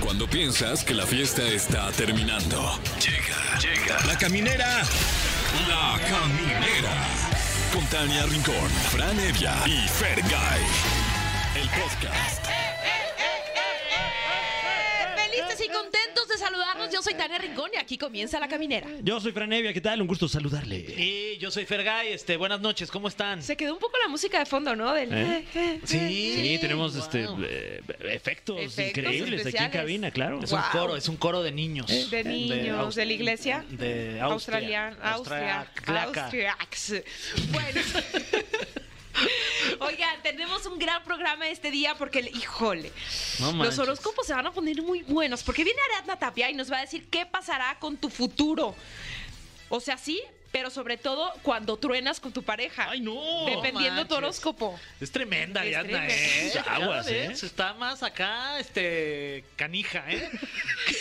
Cuando piensas que la fiesta está terminando. Llega, llega. La caminera. La caminera. Con Tania Rincón, Fran Evia y Fergay. El podcast. Felices y contentos de saludarnos. Yo soy Tania Rincón y aquí comienza la caminera. Yo soy Fran Evia, ¿qué tal? Un gusto saludarle. Y yo soy Fergay, este, buenas noches, ¿cómo están? Se quedó un poco la música de fondo, ¿no? Del- ¿Eh? Sí, Sí, tenemos wow. este eh, efectos, Efectos increíbles aquí en especiales. cabina, claro. Es Wow. ¿Eh? un coro, es un coro de niños. De niños, Aus- de la iglesia. De Austria. Australian, Austria, claca. Austriacs. Bueno. Oigan, tenemos un gran programa este día porque, híjole, No los manches. horóscopos se van a poner muy buenos porque viene Ariadna Tapia y nos va a decir qué pasará con tu futuro. O sea, sí, pero sobre todo cuando truenas con tu pareja. Ay, no. Dependiendo tu manches. horóscopo. Es tremenda, Es Ariadna, ¿eh? tremenda. Cada Aguas, ¿eh? vez Está más acá, este, canija, ¿eh?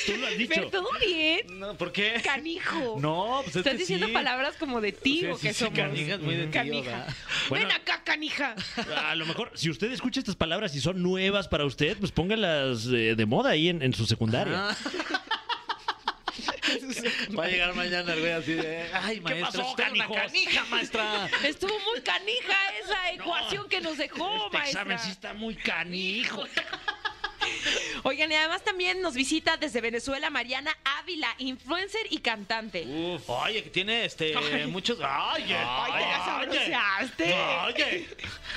Tú lo has Pero dicho. todo bien, No, ¿Por qué? canijo. No, pues es Estás que diciendo sí. palabras como de tío Sí, sí, que sí, somos. canija es muy de tío, Canija. ¿verdad? Bueno. Ven acá, canija. A lo mejor, si usted escucha estas palabras y son nuevas para usted, pues póngalas eh, de moda ahí en, en su secundaria. Ah. Va a llegar mañana el güey así de, ay, maestra, pasó, usted era una canijos?" Este canija, maestra. Estuvo muy canija esa ecuación que nos dejó, este Oh, maestra. examen sí está muy canijo. Oigan, y además también nos visita desde Venezuela Mariana Ávila, influencer y cantante. Uf. Oye, que tiene este muchos. Oye, Ay, te la sabroseaste. Oye.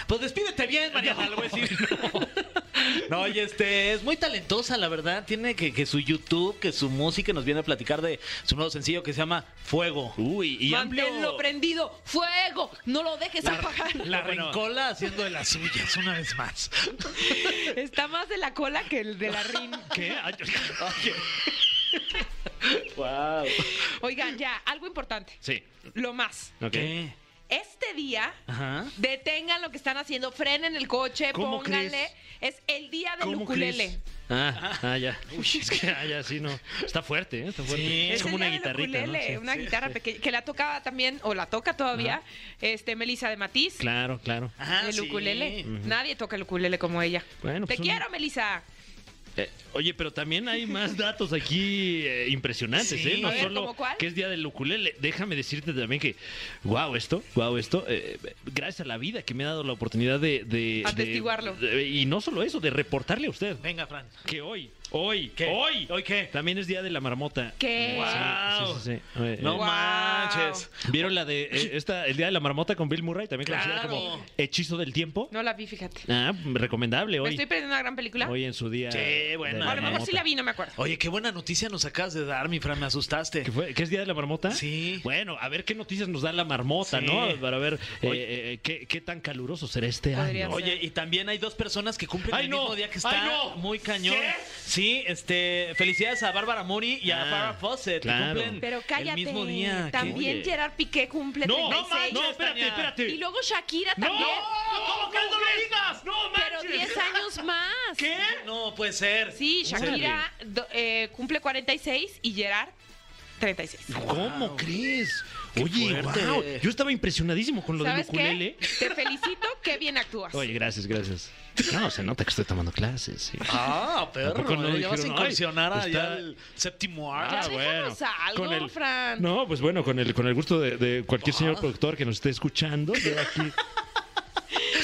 Pues despídete bien, Mariana, le voy a decir. No, oye, este, es muy talentosa, la verdad. Tiene que, que su YouTube, que su música nos viene a platicar de su nuevo sencillo que se llama Fuego. Uy, y amplio. Manténlo prendido, fuego, no lo dejes apagar. La Bueno. rincola haciendo de las suyas una vez más. Está más de la cola que el de la rin. ¿Qué? Ay, Wow. Oigan, ya, algo importante. Sí. Lo más. Ok. ¿Qué? Este día Ajá. Detengan lo que están haciendo, frenen el coche, ¿Cómo pónganle. crees? Es el día del ¿Cómo ukulele. crees? Ah, ah, ya. Uy, es que ah, ya sí, no. Está fuerte, ¿eh? Está fuerte. Sí. Es el como una día del guitarrita, ¿no? ukulele, Sí. Una guitarra pequeña que la tocaba también, o la toca todavía, este Melissa de Matiz. Claro, claro. Ajá, el Ah, sí. ukulele. Nadie toca el ukulele como ella. ah, Bueno, Te pues, un- quiero, Melissa. Eh, oye, pero también hay más datos aquí eh, impresionantes, Sí. ¿eh? No A ver, solo ¿cómo cuál? que es día del ukulele. Déjame decirte también que, wow, esto, wow, esto, eh, gracias a la vida que me ha dado la oportunidad de... de Atestiguarlo. de- de- y no solo eso, de reportarle a usted Venga, Fran. que hoy, hoy, ¿Qué? hoy, ¿Hoy qué? también es día de la marmota. ¿Qué? Sí, Wow. sí, sí, sí. Eh, No eh, Wow. manches. ¿Vieron la de eh, esta, el día de la marmota con Bill Murray? También conocida Claro. como Hechizo del Tiempo. No la vi, fíjate. Ah, recomendable Me hoy. estoy perdiendo una gran película. Hoy en su día. Sí, de buena. la O a lo mejor sí marmota. la vi, no me acuerdo. Oye, qué buena noticia nos acabas de dar, mi Fran, me asustaste. ¿Qué, fue? ¿Qué es Día de la Marmota? Sí. Bueno, a ver qué noticias nos da la marmota, Sí. ¿no? Para ver eh, eh, qué, qué tan caluroso será este Podría año. ser. Oye, y también hay dos personas que cumplen ¡Ay, el no! mismo día que está ¡Ay, no! muy cañón. ¿Qué? Sí, este, felicidades a Bárbara Mori y a Ah, Farrah Fawcett. que claro. cumplen Pero cállate. el mismo día. ¿Qué? También Oye. Gerard Piqué cumple No, no, 36. no, espérate, Tania. espérate. Y luego Shakira también. ¿Cómo que no me digas? ¡No pero 10 años más. ¿Qué? No puede ser. Sí, Shakira do- eh, cumple 46 y Gerard 36. ¿Cómo Wow. crees? Qué Oye, fuerte. wow. Yo estaba impresionadísimo con lo del ¿Sabes qué? ukulele. Te felicito, qué bien actúas. Oye, gracias, gracias. No, se nota que estoy tomando clases. sí. Ah, perro. Tampoco no eh, ya vas a dijeron, incursionar "Ay, allá está- al séptimo ya Ah, arte. déjanos bueno. algo, Con el- Fran. Oh. No, pues bueno, con el, con el gusto de, de cualquier señor productor que nos esté escuchando, yo aquí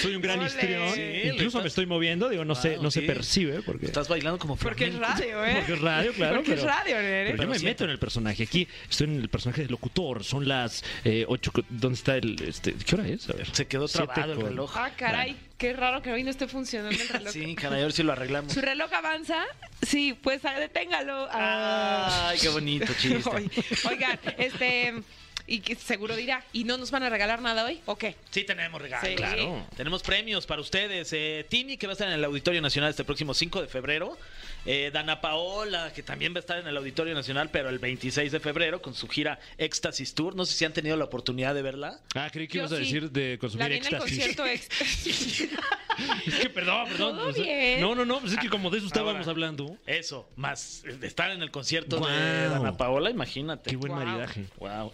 soy un gran Ole. histrión. Sí, le Incluso estás- me estoy moviendo, digo, no sé, Wow, no se sí. percibe porque, Estás bailando como Porque es flamenco. radio, ¿eh? porque es radio, claro. Porque es pero- radio, nene. pero yo Pero me siempre. meto en el personaje. Aquí estoy en el personaje de locutor. Son las 8. ¿Dónde está el.? Este, ¿Qué hora es? A ver. Se quedó Siete trabado el con- reloj. Ah, caray, qué raro que hoy no esté funcionando el reloj. Sí, caray, a ver si lo arreglamos. Su reloj avanza. Sí, pues ah, deténgalo. Ah. Ay, qué bonito Oy- chiste. Oigan, este. Y que seguro dirá, ¿y no nos van a regalar nada hoy? ¿O qué? Sí, tenemos regalos. Sí. Claro. Tenemos premios para ustedes. Eh, Tini, que va a estar en el Auditorio Nacional este próximo 5 de febrero. Eh, Dana Paola, que también va a estar en el Auditorio Nacional, pero el 26 de febrero con su gira Éxtasis Tour. No sé si han tenido la oportunidad de verla. Ah, creí que Yo ibas a sí. decir de La consumir vi en el éxtasis. concierto ex- Es que perdón, perdón. Todo o sea, bien. No, no, no. pues es que como de eso estábamos Ahora. hablando. Eso, más eh, estar en el concierto de Guau. Dana Paola, imagínate. Qué buen Wow. maridaje. Wow.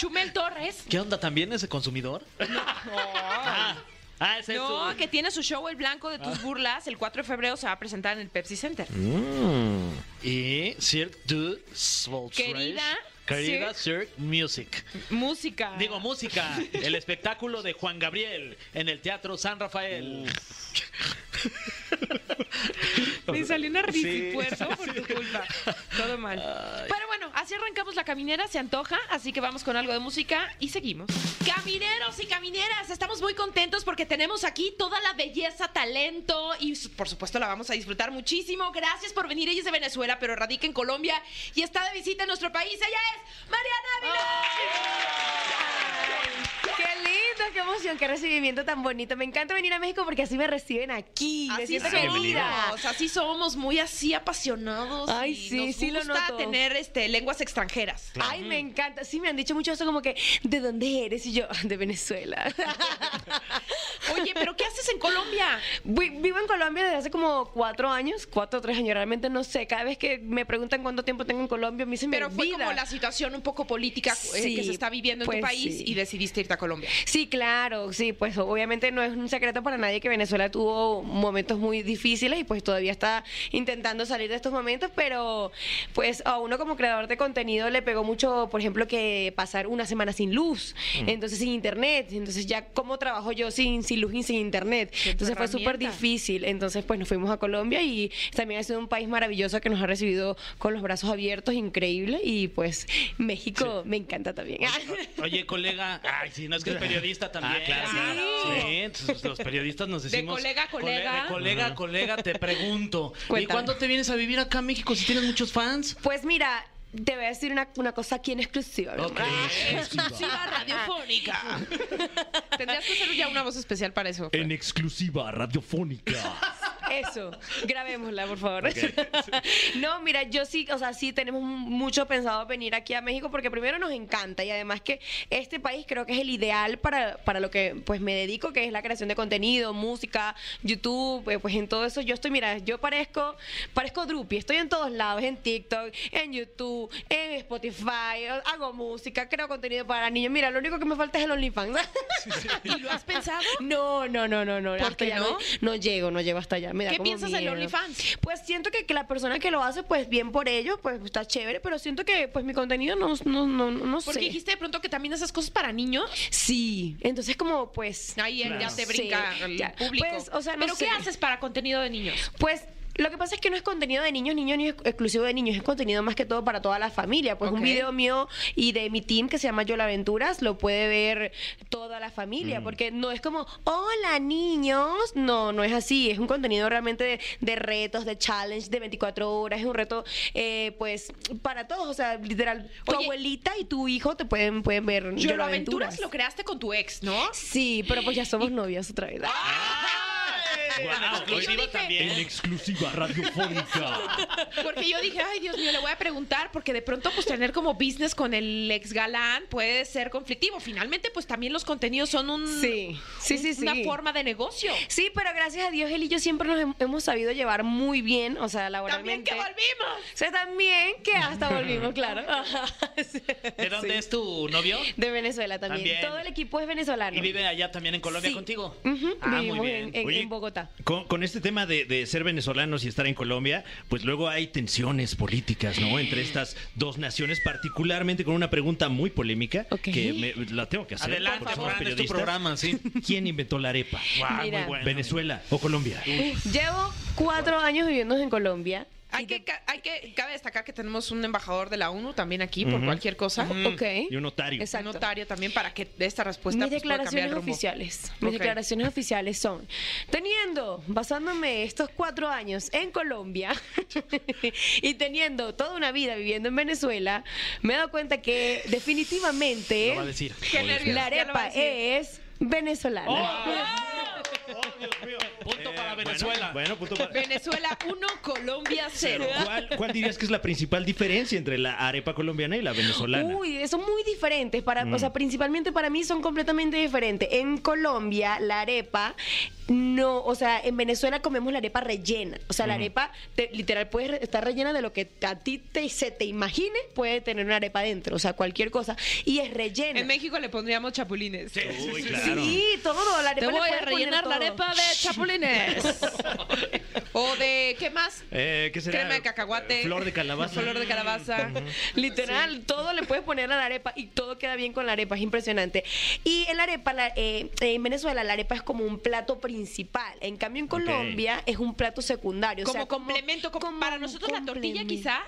Chumel Torres. ¿Qué onda también ese consumidor? Ah, Ah, ese No, es su- que tiene su show El Blanco de tus Ah. burlas. El 4 de febrero se va a presentar en el Pepsi Center. Mm. Y Cirque du Soleil. Querida Querida Cirque Music. Música. Digo, música. El espectáculo de Juan Gabriel en el Teatro San Uh. Rafael. Me salió una risa Sí. por tu culpa. Todo mal. Pero bueno, así arrancamos la caminera, se antoja, así que vamos con algo de música y seguimos. Camineros y camineras, estamos muy contentos porque tenemos aquí toda la belleza, talento y su- por supuesto la vamos a disfrutar muchísimo. Gracias por venir, ella es de Venezuela, pero radica en Colombia y está de visita en nuestro país. Ella es Mariana Ávila. ¡Qué lindo! ¡Qué emoción! ¡Qué recibimiento tan bonito! Me encanta venir a México porque así me reciben aquí. me Así siento querida. somos, así somos, muy así apasionados. Ay, y sí, nos sí lo gusta noto. tener este, lenguas extranjeras. Ay, me encanta. Sí, me han dicho mucho eso como que, ¿de dónde eres? Y yo, de Venezuela. Oye, pero ¿qué haces en Colombia? Vi- Vivo en Colombia desde hace como cuatro años, cuatro o tres años, realmente no sé. Cada vez que me preguntan cuánto tiempo tengo en Colombia, a mí se me Pero fue olvida. como la situación un poco política eh, que Sí, se está viviendo en tu pues país sí. y decidiste irte a Colombia. Sí, claro, sí, pues obviamente no es un secreto para nadie que Venezuela tuvo momentos muy difíciles y pues todavía está intentando salir de estos momentos, pero pues a uno como creador de contenido le pegó mucho, por ejemplo, que pasar una semana sin luz, Mm. entonces sin internet, entonces ya cómo trabajo yo sin, sin luz y sin internet, Qué entonces fue súper herramienta. difícil, entonces pues nos fuimos a Colombia y también ha sido un país maravilloso que nos ha recibido con los brazos abiertos, increíble, y pues México me encanta también. Oye, colega. Ay, sí, no es que es periodista también. Ah, claro, claro. Sí, entonces los periodistas nos decimos. colega a cole- colega. De colega, a colega, te pregunto. ¿Y Cuéntame. cuándo te vienes a vivir acá a México si tienes muchos fans? Pues mira, te voy a decir una, una cosa aquí en exclusiva. mi amor. Exclusiva radiofónica. Tendrías que hacer ya una voz especial para eso. En exclusiva radiofónica. Eso, grabémosla, por favor. no, mira, yo sí, o sea, sí tenemos mucho pensado venir aquí a México porque primero nos encanta y además que este país creo que es el ideal para, para lo que pues me dedico, que es la creación de contenido, música, YouTube, eh, pues en todo eso yo estoy, mira, yo parezco, parezco Drupi, estoy en todos lados, en TikTok, en YouTube, en Spotify, hago música, creo contenido para niños. Mira, lo único que me falta es el OnlyFans. ¿Y lo has pensado? No, no, no, no, no. ¿Por hasta qué allá no? no? no llego, no llego hasta allá. Me da ¿Qué como piensas del miedo. OnlyFans? Pues siento que, que la persona que lo hace, pues bien por ello, pues está chévere, pero siento que pues mi contenido no, no, no, no no Porque sé. dijiste de pronto que también esas cosas para niños. Sí. Entonces, como pues. Ahí Claro. ya te brinca Sí, el ya. público. Pues, o sea, no pero ¿qué sé. haces para contenido de niños? Pues lo que pasa es que no es contenido de niños, niños ni ex- exclusivo de niños, es contenido más que todo para toda la familia. Pues Ok. un video mío y de mi team que se llama Yola Aventuras lo puede ver toda la Mm. familia, porque no es como, hola niños, no, no es así, es un contenido realmente de, de retos, de challenge, de 24 horas, es un reto eh, pues para todos, o sea, literal, tu Oye. abuelita y tu hijo te pueden, pueden ver Yo Yola lo Aventuras. aventuras lo creaste con tu ex, ¿no? Sí, pero pues ya somos novios otra vez. Ah. ¡Ay! Guau. En exclusiva Y yo dije- también. En exclusiva radiofónica. Porque yo dije, ay Dios mío, le voy a preguntar, porque de pronto pues tener como business con el ex galán puede ser conflictivo. Finalmente pues también los contenidos son un, Sí, sí, un- sí, sí. una forma de negocio. Sí, pero gracias a Dios él y yo siempre nos hem- hemos sabido llevar muy bien, o sea, También laboralmente. que volvimos. O sea, también que hasta volvimos, claro. Ajá, sí. ¿De dónde Sí. es tu novio? De Venezuela también. También. Todo el equipo es venezolano. ¿Y vive allá también en Colombia Ah, Sí. contigo? Ujú, Ah, muy Vivimos bien. en, en- Oye, en Bogotá. Con, con este tema de, de ser venezolanos y estar en Colombia, pues luego hay tensiones políticas, ¿no? Entre estas dos naciones, particularmente con una pregunta muy polémica Ok. que me- la tengo que hacer. Adelante, porque somos Fran, es tu periodistas. programa, sí. ¿Quién inventó la arepa? Guau, Mira. ¿Venezuela o Colombia? Llevo cuatro años viviendo en Colombia. Hay Y de- que, ca- hay que, cabe destacar que tenemos un embajador de la ONU también aquí por Ujú. cualquier cosa. Ok. Mm, Y un notario. Exacto. Un notario también para que esta respuesta Mis pues, pueda cambiar declaraciones el rumbo. oficiales. Mis Ok. declaraciones oficiales son, teniendo, basándome estos cuatro años en Colombia y teniendo toda una vida viviendo en Venezuela, me he dado cuenta que definitivamente Lo va a decir. Qué nervios, la ya lo va a arepa eh. decir. Oh. es venezolana. Punto para Eh, bueno, Venezuela. Bueno, punto para- Venezuela 1, Colombia 0. ¿Cuál, cuál dirías que es la principal diferencia entre la arepa colombiana y la venezolana? Uy, son muy diferentes. Para, O sea, principalmente para mí son completamente diferentes. En Colombia, la arepa, no, o sea, en Venezuela comemos la arepa rellena. O sea, la arepa te- literal puede re- estar rellena de lo que a ti te, se te imagine puede tener una arepa dentro. O sea, cualquier cosa. Y es rellena. En México le pondríamos chapulines. Uy, claro. Sí, todo. La arepa Te le voy a puedes poner rellenar la todo. arepa de chapulines. o de, ¿qué más? Eh, ¿Qué será? Crema de cacahuate. Eh, Flor de calabaza. Flor de calabaza. Literal, todo le puedes poner a la arepa y todo queda bien con la arepa, es impresionante. Y en la arepa, la- eh, en Venezuela, la arepa es como un plato principal. En cambio, en Colombia es un plato secundario. o Como sea, complemento, como- para nosotros la tortilla, quizá.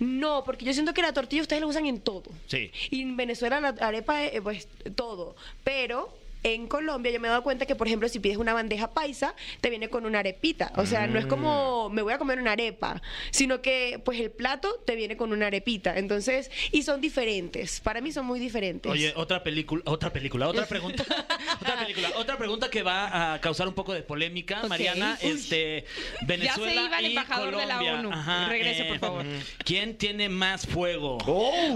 No, porque yo siento que la tortilla ustedes la usan en todo. Sí. Y en Venezuela la arepa es pues, todo. Pero en Colombia yo me he dado cuenta que, por ejemplo, si pides una bandeja paisa, te viene con una arepita. O sea, no es Mm. como me voy a comer una arepa, sino que pues el plato te viene con una arepita. Entonces, y son diferentes. Para mí son muy diferentes. Oye, otra película, otra película, otra pregunta, otra película, otra pregunta que va a causar un poco de polémica, Ok. Mariana, Uy. este Venezuela iba el y embajador de la Colombia. eh, ONU. Regrese, por favor. ¿Quién tiene más fuego?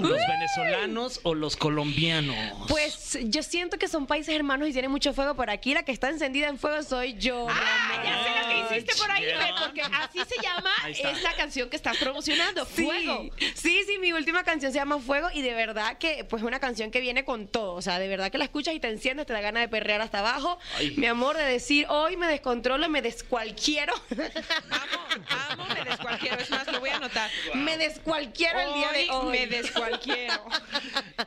¿Los venezolanos o los colombianos? Pues yo siento que son países hermanos y tienen mucho fuego, pero aquí la que está encendida en fuego soy yo. mi Ah, amor. ya sé lo que hiciste por ahí, Ay, Fer, porque así se llama Ahí está. esta canción que estás promocionando, Sí. Fuego. Sí, sí, mi última canción se llama Fuego y de verdad que pues es una canción que viene con todo, o sea, de verdad que la escuchas y te enciendes, te da ganas de perrear hasta abajo, Ay. mi amor, de decir, hoy me descontrolo, me descualquiero, Amo, amo, me descualquiero. Es más, lo voy a anotar. me descualquiero el día de hoy. Hoy me descualquiero.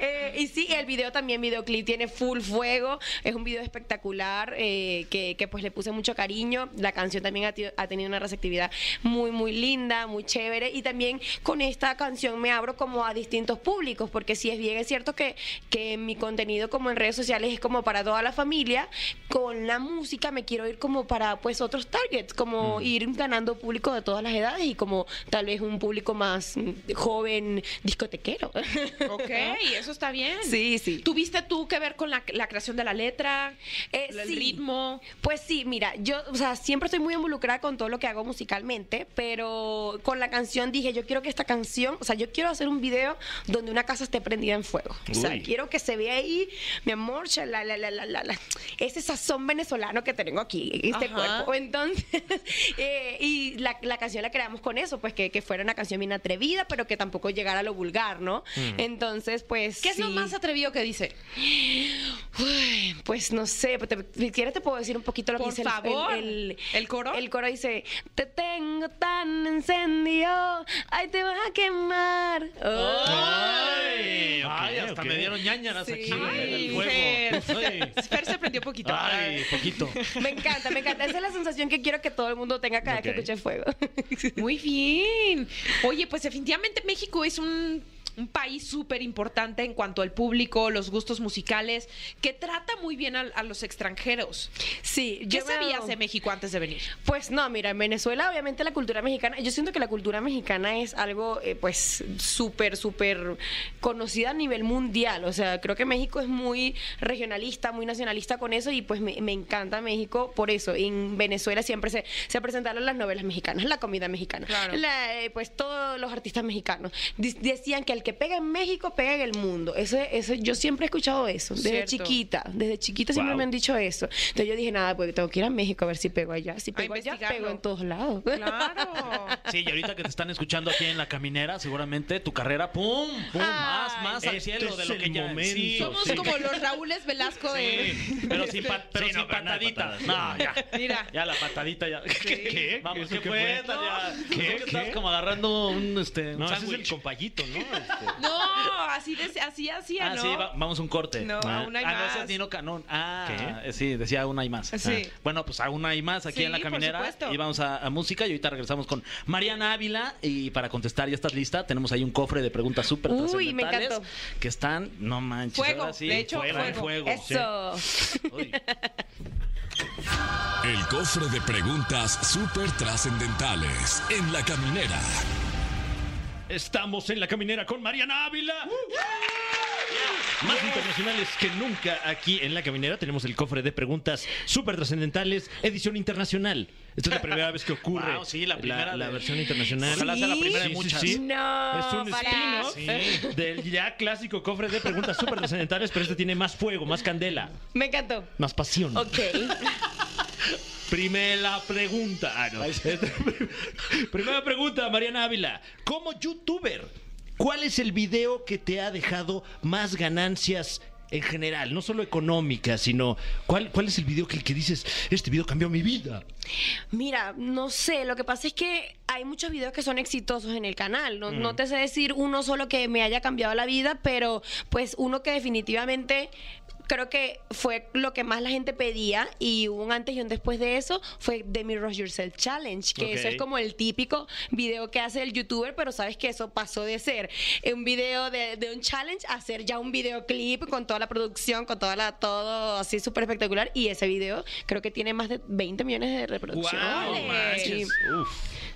Eh, y sí, el video también, videoclip, tiene full fuego. Es un video espectacular eh, que, que, pues le puse mucho cariño. La canción también ha, tido- ha tenido una receptividad muy, muy linda, muy chévere. Y también con esta canción me abro como a distintos públicos, porque si es bien es cierto que, que mi contenido como en redes sociales es como para toda la familia, con la música me quiero ir como para pues otros targets, como ir ganando público de todas las edades y como tal vez un público más mm, joven discotequero. Ok, eso está bien. Sí, sí. ¿Tuviste tú que ver con la, la creación de la letra, Eh, el sí. ritmo? Pues sí, mira, yo, o sea, siempre estoy muy involucrada con todo lo que hago musicalmente, pero con la canción dije, yo quiero que esta canción, o sea, yo quiero hacer un video donde una casa esté prendida en fuego. O sea, Uy. quiero que se vea ahí, mi amor, cha, la, la, la, la, la, la, ese sazón venezolano que tengo aquí, este Ajá. cuerpo. Entonces, eh, y la, la canción la creamos con eso, pues que, que fuera una canción bien atrevida, pero que tampoco llegara a lo vulgar, ¿no? Entonces, pues... ¿Qué es lo sí. más atrevido que dice? Uy, pues no sé, te- si quieres te puedo decir un poquito lo que Por dice el- favor. El, ¿El coro? El coro dice, te tengo tan encendido, ay te vas a quemar. Oh. Ay, ok, Ay, hasta ok. me dieron ñañaras Sí. aquí en Ay, el fuego. Fer. Ay. Fer se prendió poquito. Ay, poquito. Me encanta, me encanta. Esa es la sensación que quiero que todo el mundo tenga cada Ok. vez que escuche fuego. Muy bien. Oye, pues definitivamente México es un, un país súper importante en cuanto al público, los gustos musicales, que trata muy bien a, a los extranjeros. Sí, ¿Qué yo me- sabías de México antes de venir? Pues no, mira, en Venezuela obviamente la cultura mexicana, yo siento que la cultura mexicana es algo eh, pues súper, súper conocida a nivel mundial, o sea, creo que México es muy regionalista, muy nacionalista con eso y pues me, me encanta México por eso. En Venezuela siempre se, se presentaron las novelas mexicanas, la comida mexicana, Claro. la, eh, pues todos los artistas mexicanos Di- decían que el que pega en México pega en el mundo, eso, eso yo siempre he escuchado eso, desde Cierto. chiquita, desde chiquita siempre Wow. me han dicho eso. Entonces yo dije, nada, pues tengo que ir a México a ver si pego allá, si A pego allá, investigarlo. pego en todos lados. Claro. Sí, y ahorita que te están escuchando aquí en la caminera, seguramente tu carrera, ¡pum! ¡pum! más, Ay, más al este cielo de es lo el que ya momento. sí. Somos Sí. como los Raúles Velasco de... Sí, pero sin, pa- pero Sí, no, sin pero nada de patadas. patadita. No, ya. Mira. Ya la patadita ya. ¿Qué? Vamos, ¿Eso ¿qué qué fue, fue? Talia? No. ¿Qué? ¿Qué? que estás ¿Qué? como agarrando un, este, un No, ese es el sándwich. compayito, ¿no? Este. No, así, de- así hacía, Ah, ¿no? sí, va- vamos a un corte. No, ah, aún hay ah, no, más. ese es Nino Canón. Ah, eh, sí, decía aún hay más. Sí. Ah, Bueno, pues aún hay más aquí Sí, en la por caminera. supuesto. Y vamos a, a música y ahorita regresamos con Mariana Ávila. Y para contestar, ya estás lista. Tenemos ahí un cofre de preguntas súper Uy, me trascendentales encantó. Que están, no manches. Fuego, ahora sí, de hecho, fuego. fuego. fuego. Eso. Sí. Uy. El cofre de preguntas súper trascendentales en la caminera. Estamos en la caminera con Mariana Ávila. Más internacionales que nunca aquí en La Caminera tenemos el cofre de preguntas súper trascendentales, edición internacional. Esta es la primera vez que ocurre Wow, sí, la primera de- versión internacional. Ojalá sea la primera de Sí, sí, muchas. sí. No, es un para. spin-off del ya clásico cofre de preguntas súper trascendentales, pero este tiene más fuego, más candela, Me encantó. más pasión. Ok. Primera pregunta. Ah, no. Primera pregunta, Mariana Ávila. Como youtuber, ¿cuál es el video que te ha dejado más ganancias en general? No solo económicas, sino ¿cuál, cuál es el video que, que dices, este video cambió mi vida? Mira, no sé, lo que pasa es que hay muchos videos que son exitosos en el canal. No, Mm. no te sé decir uno solo que me haya cambiado la vida, pero pues uno que definitivamente creo que fue lo que más la gente pedía y hubo un antes y un después de eso fue The Mirror Yourself Challenge, que eso Ok. es como el típico video que hace el youtuber, pero sabes que eso pasó de ser un video de, de un challenge a ser ya un videoclip con toda la producción, con toda la todo así súper espectacular y ese video creo que tiene más de 20 millones de reproducciones. ¡Guau, Sí, manches! Uf.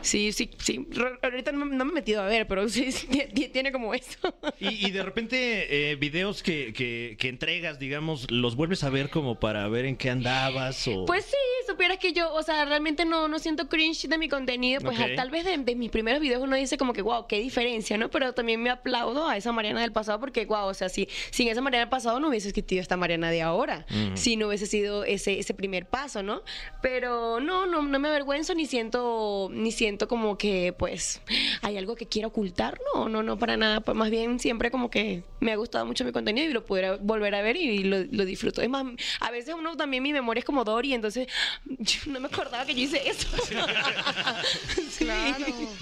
sí, sí, sí. Re- Ahorita no, no me he metido a ver, pero sí, sí, tie- tie- tiene como eso. Y, y de repente eh, videos que, que- que entregas, digamos, los vuelves a ver como para ver en qué andabas o... Pues sí, supieras que yo, o sea, realmente no, no siento cringe de mi contenido. Pues Ok. tal vez de, de mis primeros videos uno dice como que, wow, qué diferencia, ¿no? Pero también me aplaudo a esa Mariana del pasado porque, wow, o sea, si sin esa Mariana del pasado no hubiese existido esta Mariana de ahora, si no hubiese sido ese, ese primer paso, ¿no? Pero no, no, no me avergüenzo ni siento, ni siento como que, pues, hay algo que quiero ocultar, no, no, no, para nada. Pues, más bien siempre como que me ha gustado mucho mi contenido y lo pudiera volver a ver y lo, lo disfruto. Es más, a veces uno también mi memoria es como Dory, entonces yo no me acordaba que yo hice eso. Sí.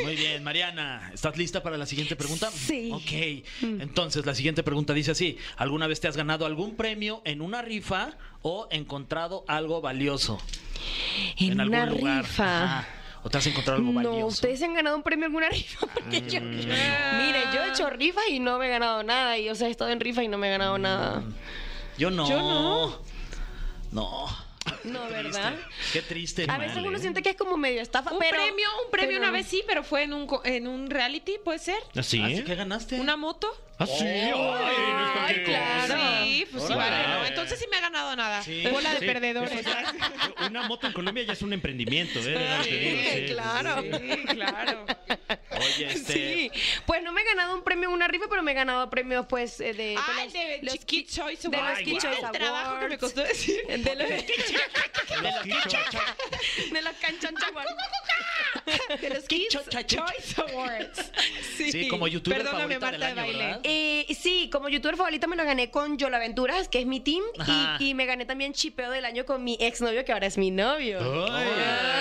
Muy bien, Mariana, ¿estás lista para la siguiente pregunta? Sí. Mm. Ok, entonces la siguiente pregunta dice así, ¿alguna vez te has ganado algún premio en una rifa o encontrado algo valioso en, En, algún una lugar? rifa. Ajá. ¿O te has encontrado algo No, valioso? Mm. ustedes se han ganado un premio en alguna rifa porque yo, Ah. mire, yo he hecho rifas y no me he ganado nada y o sea, he estado en rifa y no me he Mm, ganado nada. Yo no. Yo no. No. No, Qué triste. ¿verdad? Qué triste. A veces mal, uno ¿eh? siente que es como medio estafa, Un pero premio, un premio pero- una vez sí, pero fue en un, co- en un reality, ¿puede ser? ¿Así? ¿Ah, Ah, ¿sí que ganaste? ¿Una moto? ¿Así? ¡Ay, no es cualquier claro. cosa! Sí, pues sí, Órale. vale, no. Entonces sí me ha ganado nada. Sí. Bola de Sí. perdedores. Una moto en Colombia ya es un emprendimiento, ¿eh? Déjame te digo, Sí, sí, sí, claro. Sí, claro. Oye, este... Sí, pues no me he ganado un premio en una rifa, pero me he ganado premios pues eh, de con Ah, las- el de los los Kid Choice de los Awards. Kid Choice El trabajo que me Awards. costó decir. de los, de los Kichocha- de los canchancha Awards. De los Kid Choice Awards. Sí, Sí, como youtuber Perdóname, favorita del Marta de año, baile. ¿verdad? Eh, sí, como youtuber favorita me lo gané con Yola Aventuras, que es mi team, Ajá. y, y me gané también chipeo del año con mi exnovio, que ahora es mi novio. Oh.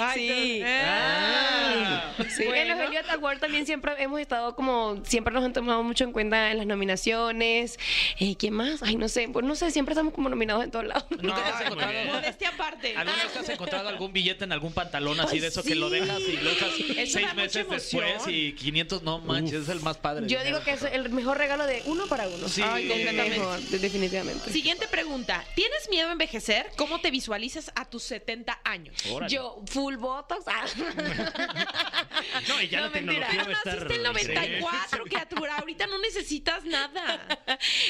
¡Ay! sí. Ah. Sí, en los Bueno. Elliot Award también siempre hemos estado como, siempre nos han tomado mucho en cuenta en las nominaciones. Eh, ¿Quién más? Ay, no sé, pues no sé, siempre estamos como nominados en todos lados. ¿Nunca te has Ay, muy encontrado? bien. Modestia aparte. Ah, ¿Alguna vez te has encontrado algún billete en algún pantalón así Ay, de eso que lo sí. dejas y lo dejas Eso da seis mucha meses emoción. después y 500? No manches, es el más padre. Yo digo que es el mejor regalo de uno para uno. Sí. Ay, completamente. mejor, de- definitivamente. Siguiente pregunta. ¿Tienes miedo a envejecer? ¿Cómo te visualizas a tus 70 años? Órale. Yo, full botox. ah. No, y ya la mentira. tecnología Pero va a estar... naciste en 94, criatura. Ahorita no necesitas nada.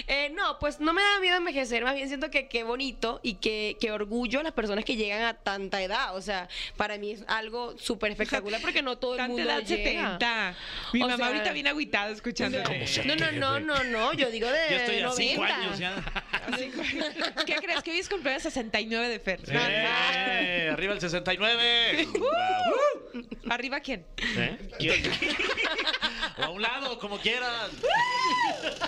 Eh, no, pues no me da miedo envejecer, más bien siento que qué bonito y qué, qué orgullo las personas que llegan a tanta edad. O sea, para mí es algo súper espectacular porque no todo el Tanta mundo edad llega. 70. Mi O mamá sea- ahorita viene agüitada escuchando. No, no, no, no, no, yo digo de Yo estoy a 90. cinco años ya. ¿Qué crees? Que hoy es cumpleaños 69 de Fer. Eh, arriba el 69. ¿Arriba quién? O a un lado, como quieran.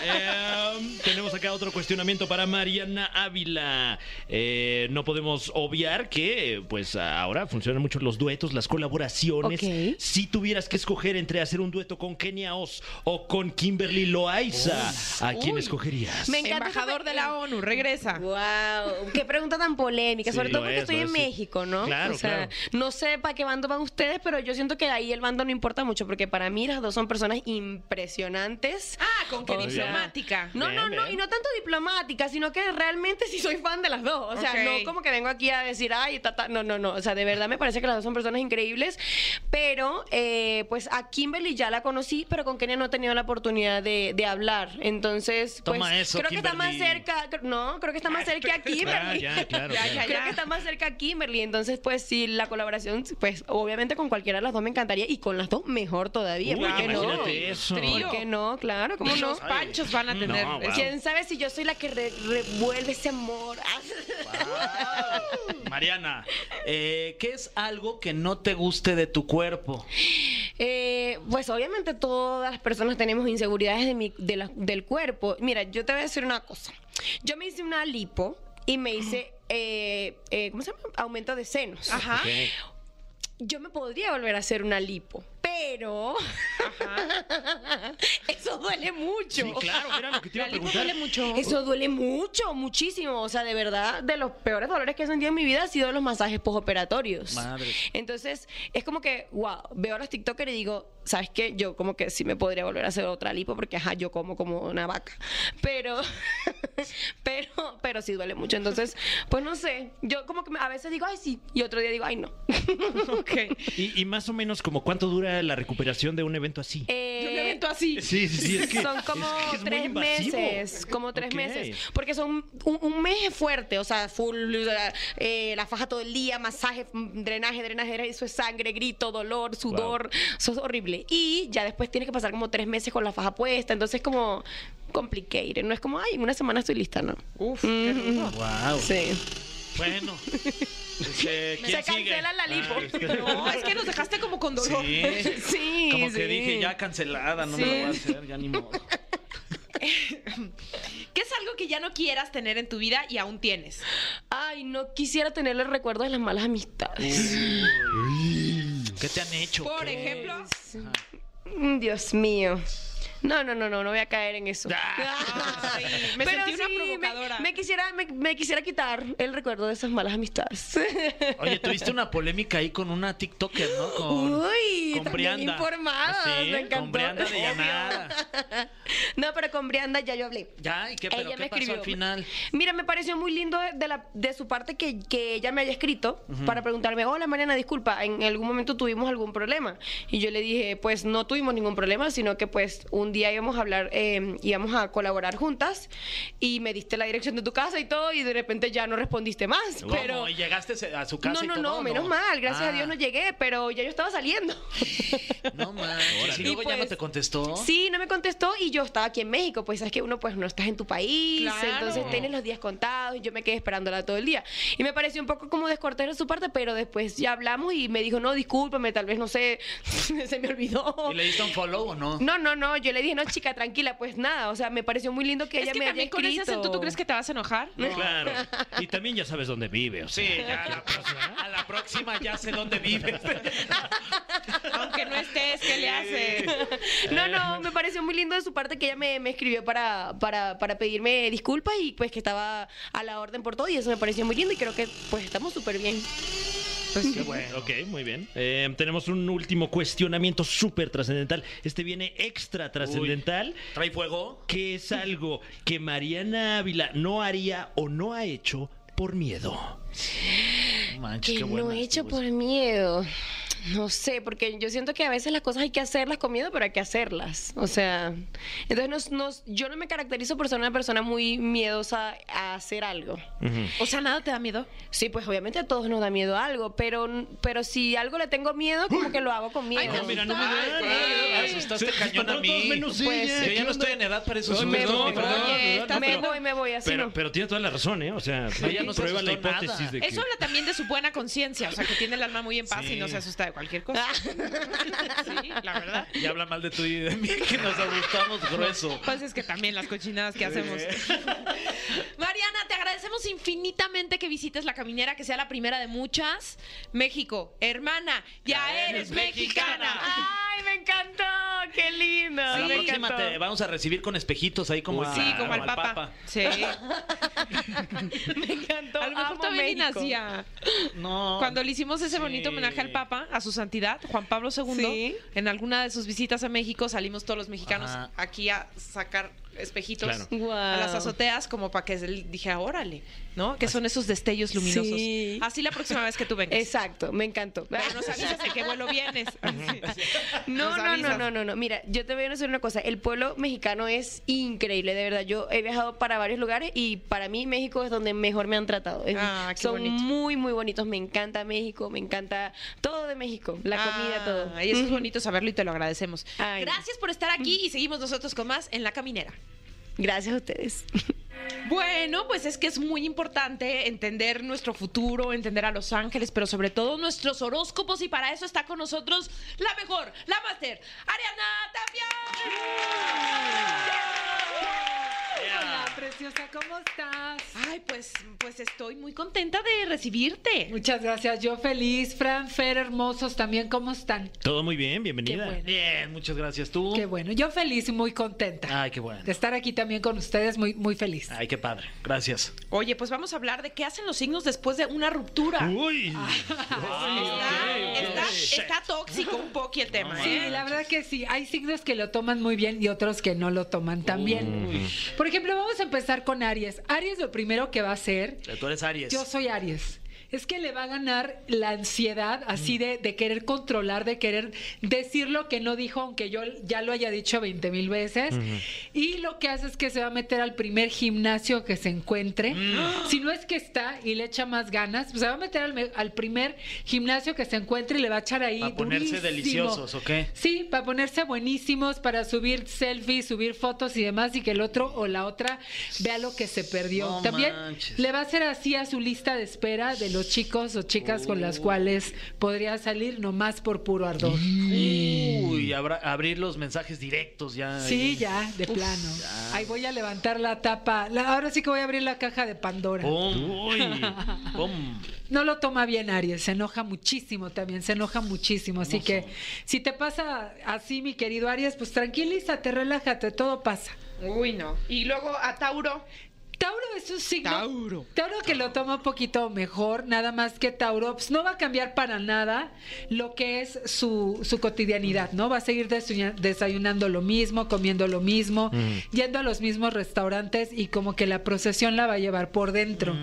Em, tenemos acá otro cuestionamiento para Mariana Ávila. Eh, no podemos obviar que, pues, ahora funcionan mucho los duetos, las colaboraciones. Ok. Si tuvieras que escoger entre hacer un dueto con Kenia Oz o con Kimberly Loaiza, ¿a quién Uy. escogerías? Me- encanta Embajador esa- de la ONU, regresa. Wow, qué pregunta tan polémica, Sí, sobre todo lo porque es, estoy lo en es, sí. México, ¿no? Claro, o sea, claro. no sé para qué bando van ustedes, pero yo siento que ahí el bando no importa mucho porque para mí las dos son personas impresionantes. Ah, con que O sea, diplomática. No, Bien, no, no, bien. y no tanto diplomática, sino que realmente sí soy fan de las dos. O sea, Ok. no como que vengo aquí a decir, ay, ta, ta". no, no, no. O sea, de verdad me parece que las dos son personas increíbles. Pero, eh, pues a Kimberly ya la conocí, pero con Kenia no he tenido la oportunidad de, de hablar. Entonces, pues, Toma eso, creo que está más Kimberly. cerca, cr- no, creo que está más cerca a Ah, Kimberly. ya, claro. Ya, claro. ya, Creo que está más cerca a Kimberly, entonces pues sí, la colaboración, pues obviamente con cualquiera de las dos me encantaría y con las dos mejor todavía, Uy, ¿por qué no? imagínate eso. Trío. ¿Por qué no? Claro, ¿cómo Y no? los panchos van a tener. No, wow. ¿Quién sabe si yo soy la que re- revuelve ese amor? Ah. Mariana, eh, ¿qué es algo que no te guste de tu cuerpo? Eh, pues obviamente todas las personas tenemos inseguridades de mi- de la- del cuerpo. Mira, yo te voy a decir una cosa. Yo me hice una lipo y me hice, eh, eh, ¿cómo se llama? Aumento de senos. Ah. Ajá. Yo me podría volver a hacer una lipo, pero eso duele mucho. Sí, claro, era lo que te iba a La lipo preguntar. duele mucho. Eso duele mucho, muchísimo. O sea, de verdad, de los peores dolores que he sentido en mi vida ha sido los masajes posoperatorios. Madre. Entonces, es como que, wow, veo a los TikTokers y digo, ¿sabes qué? Yo como que sí me podría volver a hacer otra lipo porque, ajá, yo como como una vaca. Pero, pero, pero sí duele mucho. Entonces, pues no sé. Yo como que a veces digo, ay, sí. Y otro día digo, ay, no. Ok. Y, y más o menos, como ¿cuánto dura la recuperación de un evento así? Eh, Yo me avento así. sí, sí, sí. Es que, son como es que es muy tres invasivo. meses, como tres Ok. meses, porque son un, un mes es fuerte, o sea, full, o sea, eh, la faja todo el día, masaje, mm, drenaje, drenaje, drenaje, eso es sangre, grito, dolor, sudor, eso es horrible. Y ya después tienes que pasar como tres meses con la faja puesta, entonces como complicated, no es como, ay, en una semana estoy lista, ¿no? Uf, qué rudo. Wow. Sí. Bueno. Este, Se ¿quién sigue? cancela la lipo. Ah, No, es que nos dejaste como con dolor. Sí. Sí, Como sí. que dije, ya cancelada, no Sí. me lo voy a hacer, ya ni modo. ¿Qué es algo que ya no quieras tener en tu vida y aún tienes? Ay, no quisiera tenerle recuerdo de las malas amistades. ¿Qué te han hecho? Por ¿Qué? ejemplo, Mm, Dios mío. No, no, no, no, no voy a caer en eso. Ah, Ay, me sentí una me- provocadora. Me, quisiera, me, me quisiera quitar el recuerdo de esas malas amistades. Oye, tuviste una polémica ahí con una TikToker, ¿no? Con, Uy, con tan bien Brianda. Ah, informados, Sí, me encantó. Con Brianda de Obvio. Llanada. No, pero con Brianda ya yo hablé. Ya, ¿y qué, pero ella qué me pasó escribió. al final? Mira, me pareció muy lindo de, la, de su parte que, que ella me haya escrito para preguntarme, hola Mariana, disculpa, en algún momento tuvimos algún problema. Y yo le dije, pues no tuvimos ningún problema, sino que pues un día íbamos a hablar, eh, íbamos a colaborar juntas y me diste la dirección de tu casa y todo y de repente ya no respondiste más. ¿Cómo? Pero... ¿Y llegaste a su casa no, y no, todo, no, menos mal, gracias Ah, a Dios no llegué, pero ya yo estaba saliendo. No manches, y Y luego ya no pues- te contestó. Sí, no me contestó y yo estaba aquí en México, pues sabes que uno pues no estás en tu país, Claro. entonces tienes los días contados y yo me quedé esperándola todo el día. Y me pareció un poco como descortés de su parte, pero después ya hablamos y me dijo, no, discúlpame, tal vez no sé, se me olvidó. ¿Y le diste un follow o no? No, no, no, yo le dije, no, chica, tranquila, pues nada, o sea, me pareció muy lindo que es ella que me haya también con ese escrito. acento, ¿tú crees que te vas a enojar? Claro. Y también ya sabes dónde vive, o sea. Sí, ya a la, próxima, a la próxima ya sé dónde vives. Aunque no estés, ¿qué le haces? No, Eh. no, me pareció muy lindo de su parte que ella me, me escribió para, para, para pedirme disculpas y pues que estaba a la orden por todo y eso me pareció muy lindo y creo que pues estamos súper bien. Qué bueno. Ok, muy bien. Eh, tenemos un último cuestionamiento súper trascendental. Este viene extra trascendental, ¿Trae fuego? que es algo que Mariana Ávila no haría o no ha hecho por miedo. No Manches, Que qué no buena he hecho estuvo por miedo. No sé, porque yo siento que a veces las cosas hay que hacerlas con miedo, pero hay que hacerlas. O sea, entonces nos- nos- yo no me caracterizo por ser una persona muy miedosa a hacer algo. O sea, nada te da miedo. Sí, pues obviamente a todos nos da miedo algo, pero, pero si algo le tengo miedo, como que lo hago con miedo. no, mira, no me Ay, Ay, güey, ay. asustaste Se- se cañón a espantaron todos mí. menos Pues, ella. Yo ¿Qué ya no onda? estoy en edad para esos Ay, me sustos, voy, mi perdón. oye, no, no, me pero- voy, me voy, así Pero, no. pero tiene toda la razón, ¿eh? O sea, Ella no se prueba la asustó hipótesis nada. de que... Eso habla también de su buena conciencia, o sea, que tiene el alma muy en paz y no se asusta de cualquier cosa. Sí, la verdad. Ya habla mal de tú y de mí, que nos asustamos grueso. Pues es que también las cochinadas que hacemos. Mariana, te agradecemos infinitamente que visites la caminera, que sea la primera de muchas. México, hermana, ya, Ya eres eres mexicana. mexicana. ¡Ay, me encantó! ¡Qué lindo! A la me próxima encantó. te vamos a recibir con espejitos ahí como, Uy, a- sí, como al papa. Sí. Me encantó. A lo mejor amo todavía ni México. nacía. No. Cuando le hicimos ese bonito Sí. homenaje al Papa, a su santidad, Juan Pablo II, Sí. en alguna de sus visitas a México salimos todos los mexicanos Ajá. aquí a sacar espejitos Claro. Guau. a las azoteas como para que él dije, "Ah, órale, ¿no? Que son esos destellos luminosos. Sí. Así la próxima vez que tú vengas. Exacto, me encantó. Pero nos avisas de qué vuelo vienes. No, no, no, no, no, no. Mira, yo te voy a decir una cosa. El pueblo mexicano es increíble, de verdad. Yo he viajado para varios lugares y para mí México es donde mejor me han tratado. Es- Ah, qué Son bonito. muy, muy bonitos. Me encanta México, me encanta todo de México, la comida, todo. Ah, Y eso es bonito saberlo y te lo agradecemos. Ay. Gracias por estar aquí y seguimos nosotros con más en La Caminera. Gracias a ustedes. Bueno, pues es que es muy importante entender nuestro futuro, entender a Los Ángeles, pero sobre todo nuestros horóscopos y para eso está con nosotros la mejor, la máster, Ariana Hola, Tapia. preciosa, ¿cómo estás? Ay, pues, pues estoy muy contenta de recibirte. Muchas gracias, yo feliz. Fran, Fer, hermosos también, ¿cómo están? Todo muy bien, bienvenida. Qué bueno. Bien, muchas gracias. ¿Tú? Qué bueno, yo feliz y muy contenta Ay, qué bueno. de estar aquí también con ustedes, muy, muy feliz. Ay, qué padre. Gracias. Oye, pues vamos a hablar de qué hacen los signos después de una ruptura. Uy. Está, está- está tóxico un poco el tema. Sí, ¿eh? la verdad que sí, hay signos que lo toman muy bien y otros que no lo toman tan bien. Por ejemplo, vamos a empezar con Aries. Aries lo primero que va a hacer Tú eres Aries. Yo soy Aries. Es que le va a ganar la ansiedad Mm. así de, de querer controlar, de querer decir lo que no dijo, aunque yo ya lo haya dicho 20 mil veces. Y lo que hace es que se va a meter al primer gimnasio que se encuentre. Mm. Si no es que está y le echa más ganas, pues se va a meter al, me- al primer gimnasio que se encuentre y le va a echar ahí. Para ponerse durísimo. deliciosos, ¿o qué? Sí, para ponerse buenísimos, para subir selfies, subir fotos y demás, y que el otro o la otra vea lo que se perdió. No También manches. le le va a hacer así a su lista de espera de los chicos o chicas con Oh. las cuales podría salir nomás por puro ardor. Uy, abra- abrir los mensajes directos ya. Sí, ya, de plano. Ahí voy a levantar la tapa. La- ahora sí que voy a abrir la caja de Pandora. Pum. Uy. Pum. No lo toma bien Aries, se enoja muchísimo también, se enoja muchísimo. Así que si te pasa así, mi querido Aries, pues tranquilízate, relájate, todo pasa. Uy, no. Y luego a Tauro. Tauro es un signo. Tauro. que lo toma un poquito mejor, nada más que Tauro pues, no va a cambiar para nada lo que es su, su cotidianidad, ¿no? Va a seguir desu- desayunando lo mismo, comiendo lo mismo, yendo a los mismos restaurantes y como que la procesión la va a llevar por dentro.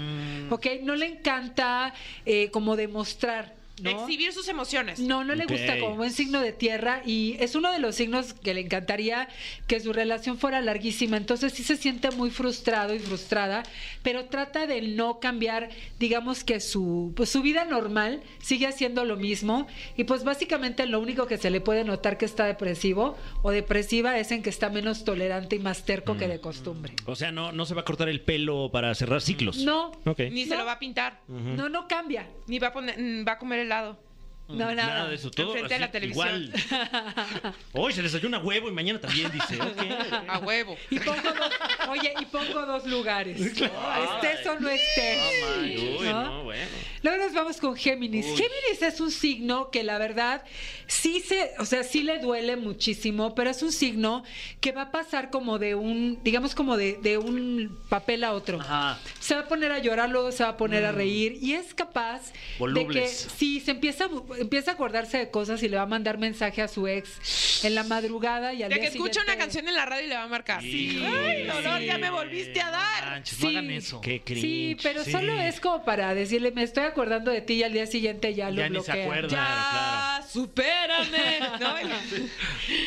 ¿Ok? No le encanta eh, como demostrar. ¿no? Exhibir sus emociones. No, no le gusta Ok. como buen signo de tierra y es uno de los signos que le encantaría que su relación fuera larguísima. Entonces sí se siente muy frustrado y frustrada, pero trata de no cambiar, digamos que su, pues, su vida normal sigue haciendo lo mismo y pues básicamente lo único que se le puede notar que está depresivo o depresiva es en que está menos tolerante y más terco Mm. que de costumbre. O sea, no, no se va a cortar el pelo para cerrar ciclos. No, Mm. Ok. Ni se No. lo va a pintar. no, no cambia. Ni va a, poner, mm, va a comer helado. Mm. No, nada. Nada de eso, todo Enfrente de así, la televisión. igual. Hoy se desayuna huevo y mañana también dice, ok. A huevo. Y pongo dos, oye, y pongo dos lugares. Ah, Estés o no estés. Uy, ¿no? no, bueno. Luego nos vamos con Géminis. Géminis es un signo que la verdad sí se, o sea, sí le duele muchísimo, pero es un signo que va a pasar como de un, digamos como de, de un papel a otro. Ajá. Se va a poner a llorar, luego se va a poner a reír y es capaz de que Volubles. si se empieza, a- empieza a acordarse de cosas y le va a mandar mensaje a su ex en la madrugada y al De día que escucha una siguiente- canción en la radio y le va a marcar. Híjole. Ay, dolor, ya me volviste Ah, a No dar. manches, no Sí. hagan eso. Qué cringe. Sí, pero sí. solo es como para decirle, me estoy acordando de ti y al día siguiente ya lo Ya ni se bloquea. acuerda. Ya, Claro, Ah, supérame. ¿no?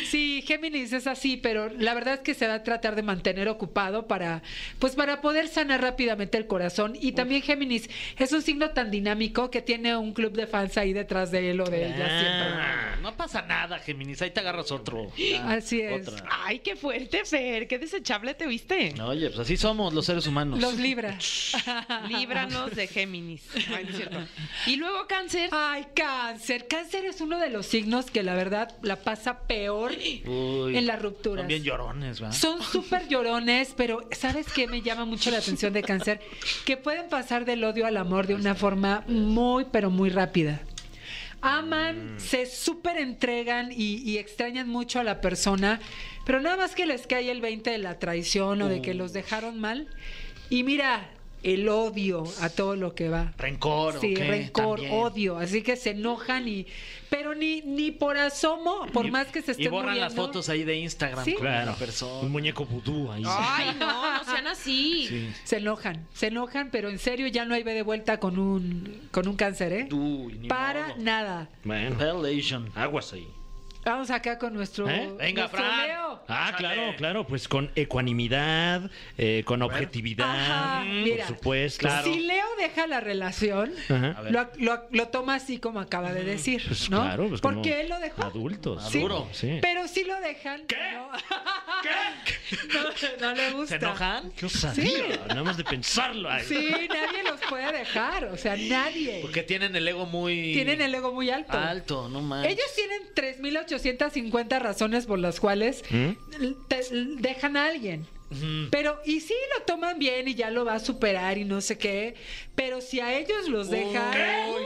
Sí, Géminis es así, pero la verdad es que se va a tratar de mantener ocupado para, pues para poder sanar rápidamente el corazón. Y también Géminis es un signo tan dinámico que tiene un club de fans ahí detrás de él o de ella siempre. Ah, no pasa nada, Géminis. Ahí te agarras otro. Ah, Así es. Otra. Ay, qué fuerte, Fer. Qué desechable te viste. Oye, pues así somos los seres humanos. Los libra. Líbranos de Géminis. Ay, no es cierto. Y luego cáncer. Ay, cáncer. Cáncer es uno de los signos que la verdad la pasa peor Uy, en las rupturas. También llorones, ¿verdad? Son súper llorones, pero ¿sabes qué me llama mucho la atención de cáncer? Que pueden pasar del odio al amor de una forma muy, pero muy rápida. aman, Mm. se súper entregan y, y extrañan mucho a la persona, pero nada más que les cae el 20 de la traición o de que los dejaron mal. Y mira, el odio a todo lo que va. Rencor, ¿o Sí, qué? rencor, También. odio. Así que se enojan y. Pero ni, ni por asomo, por Y- más que se estén Y borran las muriendo, fotos ahí de Instagram Sí. con Claro. la persona. Un muñeco vudú ahí. Ah. Ay, no, no sean así. Se enojan, se enojan, pero en serio ya no hay ve de vuelta con un, con un cáncer, ¿eh? Uy, ni Para modo. nada. Bueno, Revelation. aguas ahí. Vamos acá con nuestro. ¿Eh? Venga, nuestro Fran. Leo. Ah, Échale. claro, claro, pues con ecuanimidad, eh, con objetividad, Ajá, mira. por supuesto. Si Leo deja la relación, Ajá. A ver. lo, lo- lo toma así como acaba de decir, Pues ¿no? claro, pues como Porque él lo dejó. Adultos. Sí. Maduro. Sí. Pero si lo dejan. ¿Qué? No, No- no le gusta. ¿Se enojan? Qué osadía, nada más de pensarlo. Ay. Sí, nadie los puede dejar, o sea, nadie. Porque tienen el ego muy Tienen el ego muy alto. alto, no manches. Ellos tienen 3.850 razones por las cuales ¿Mm? l- te- l- dejan a alguien. Pero, y sí lo toman bien y ya lo va a superar y no sé qué, pero si a ellos los dejan... Uy.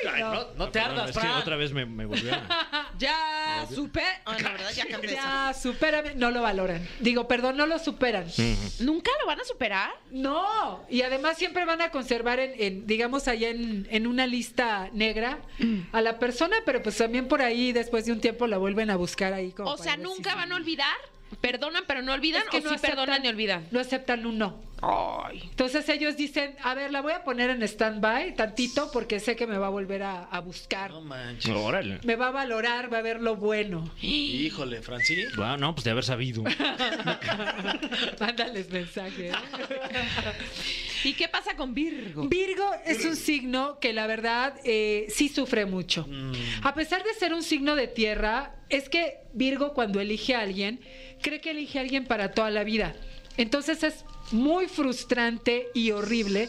Uy, Ay, no. no, no te Perdón, ardas, es que Fran. otra vez me, me volvió a- Ya supe. Ah, la verdad, ya cambié eso. Ya, supérame. No lo valoran. Digo, perdón, no lo superan. ¿Nunca lo van a superar? No, y además siempre van a conservar en, en, digamos, allá en, en una lista negra Mm. a la persona, pero pues también por ahí después de un tiempo la vuelven a buscar ahí. Como O para sea, ver si nunca sí. van a olvidar. Perdonan, pero no olvidan. Es que o no sí aceptan- perdonan y olvidan. No aceptan un no. Ay. Entonces ellos dicen, a ver, la voy a poner en stand-by tantito porque sé que me va a volver a, a buscar. No manches. Órale. Me va a valorar, va a ver lo bueno. Híjole, Franci. Bueno, no, pues de haber sabido. Mándales ¿eh? mensajes. ¿Y qué pasa con Virgo? Virgo es un signo que la verdad eh, sí sufre mucho. A pesar de ser un signo de tierra, es que Virgo cuando elige a alguien, cree que elige a alguien para toda la vida. Entonces es muy frustrante y horrible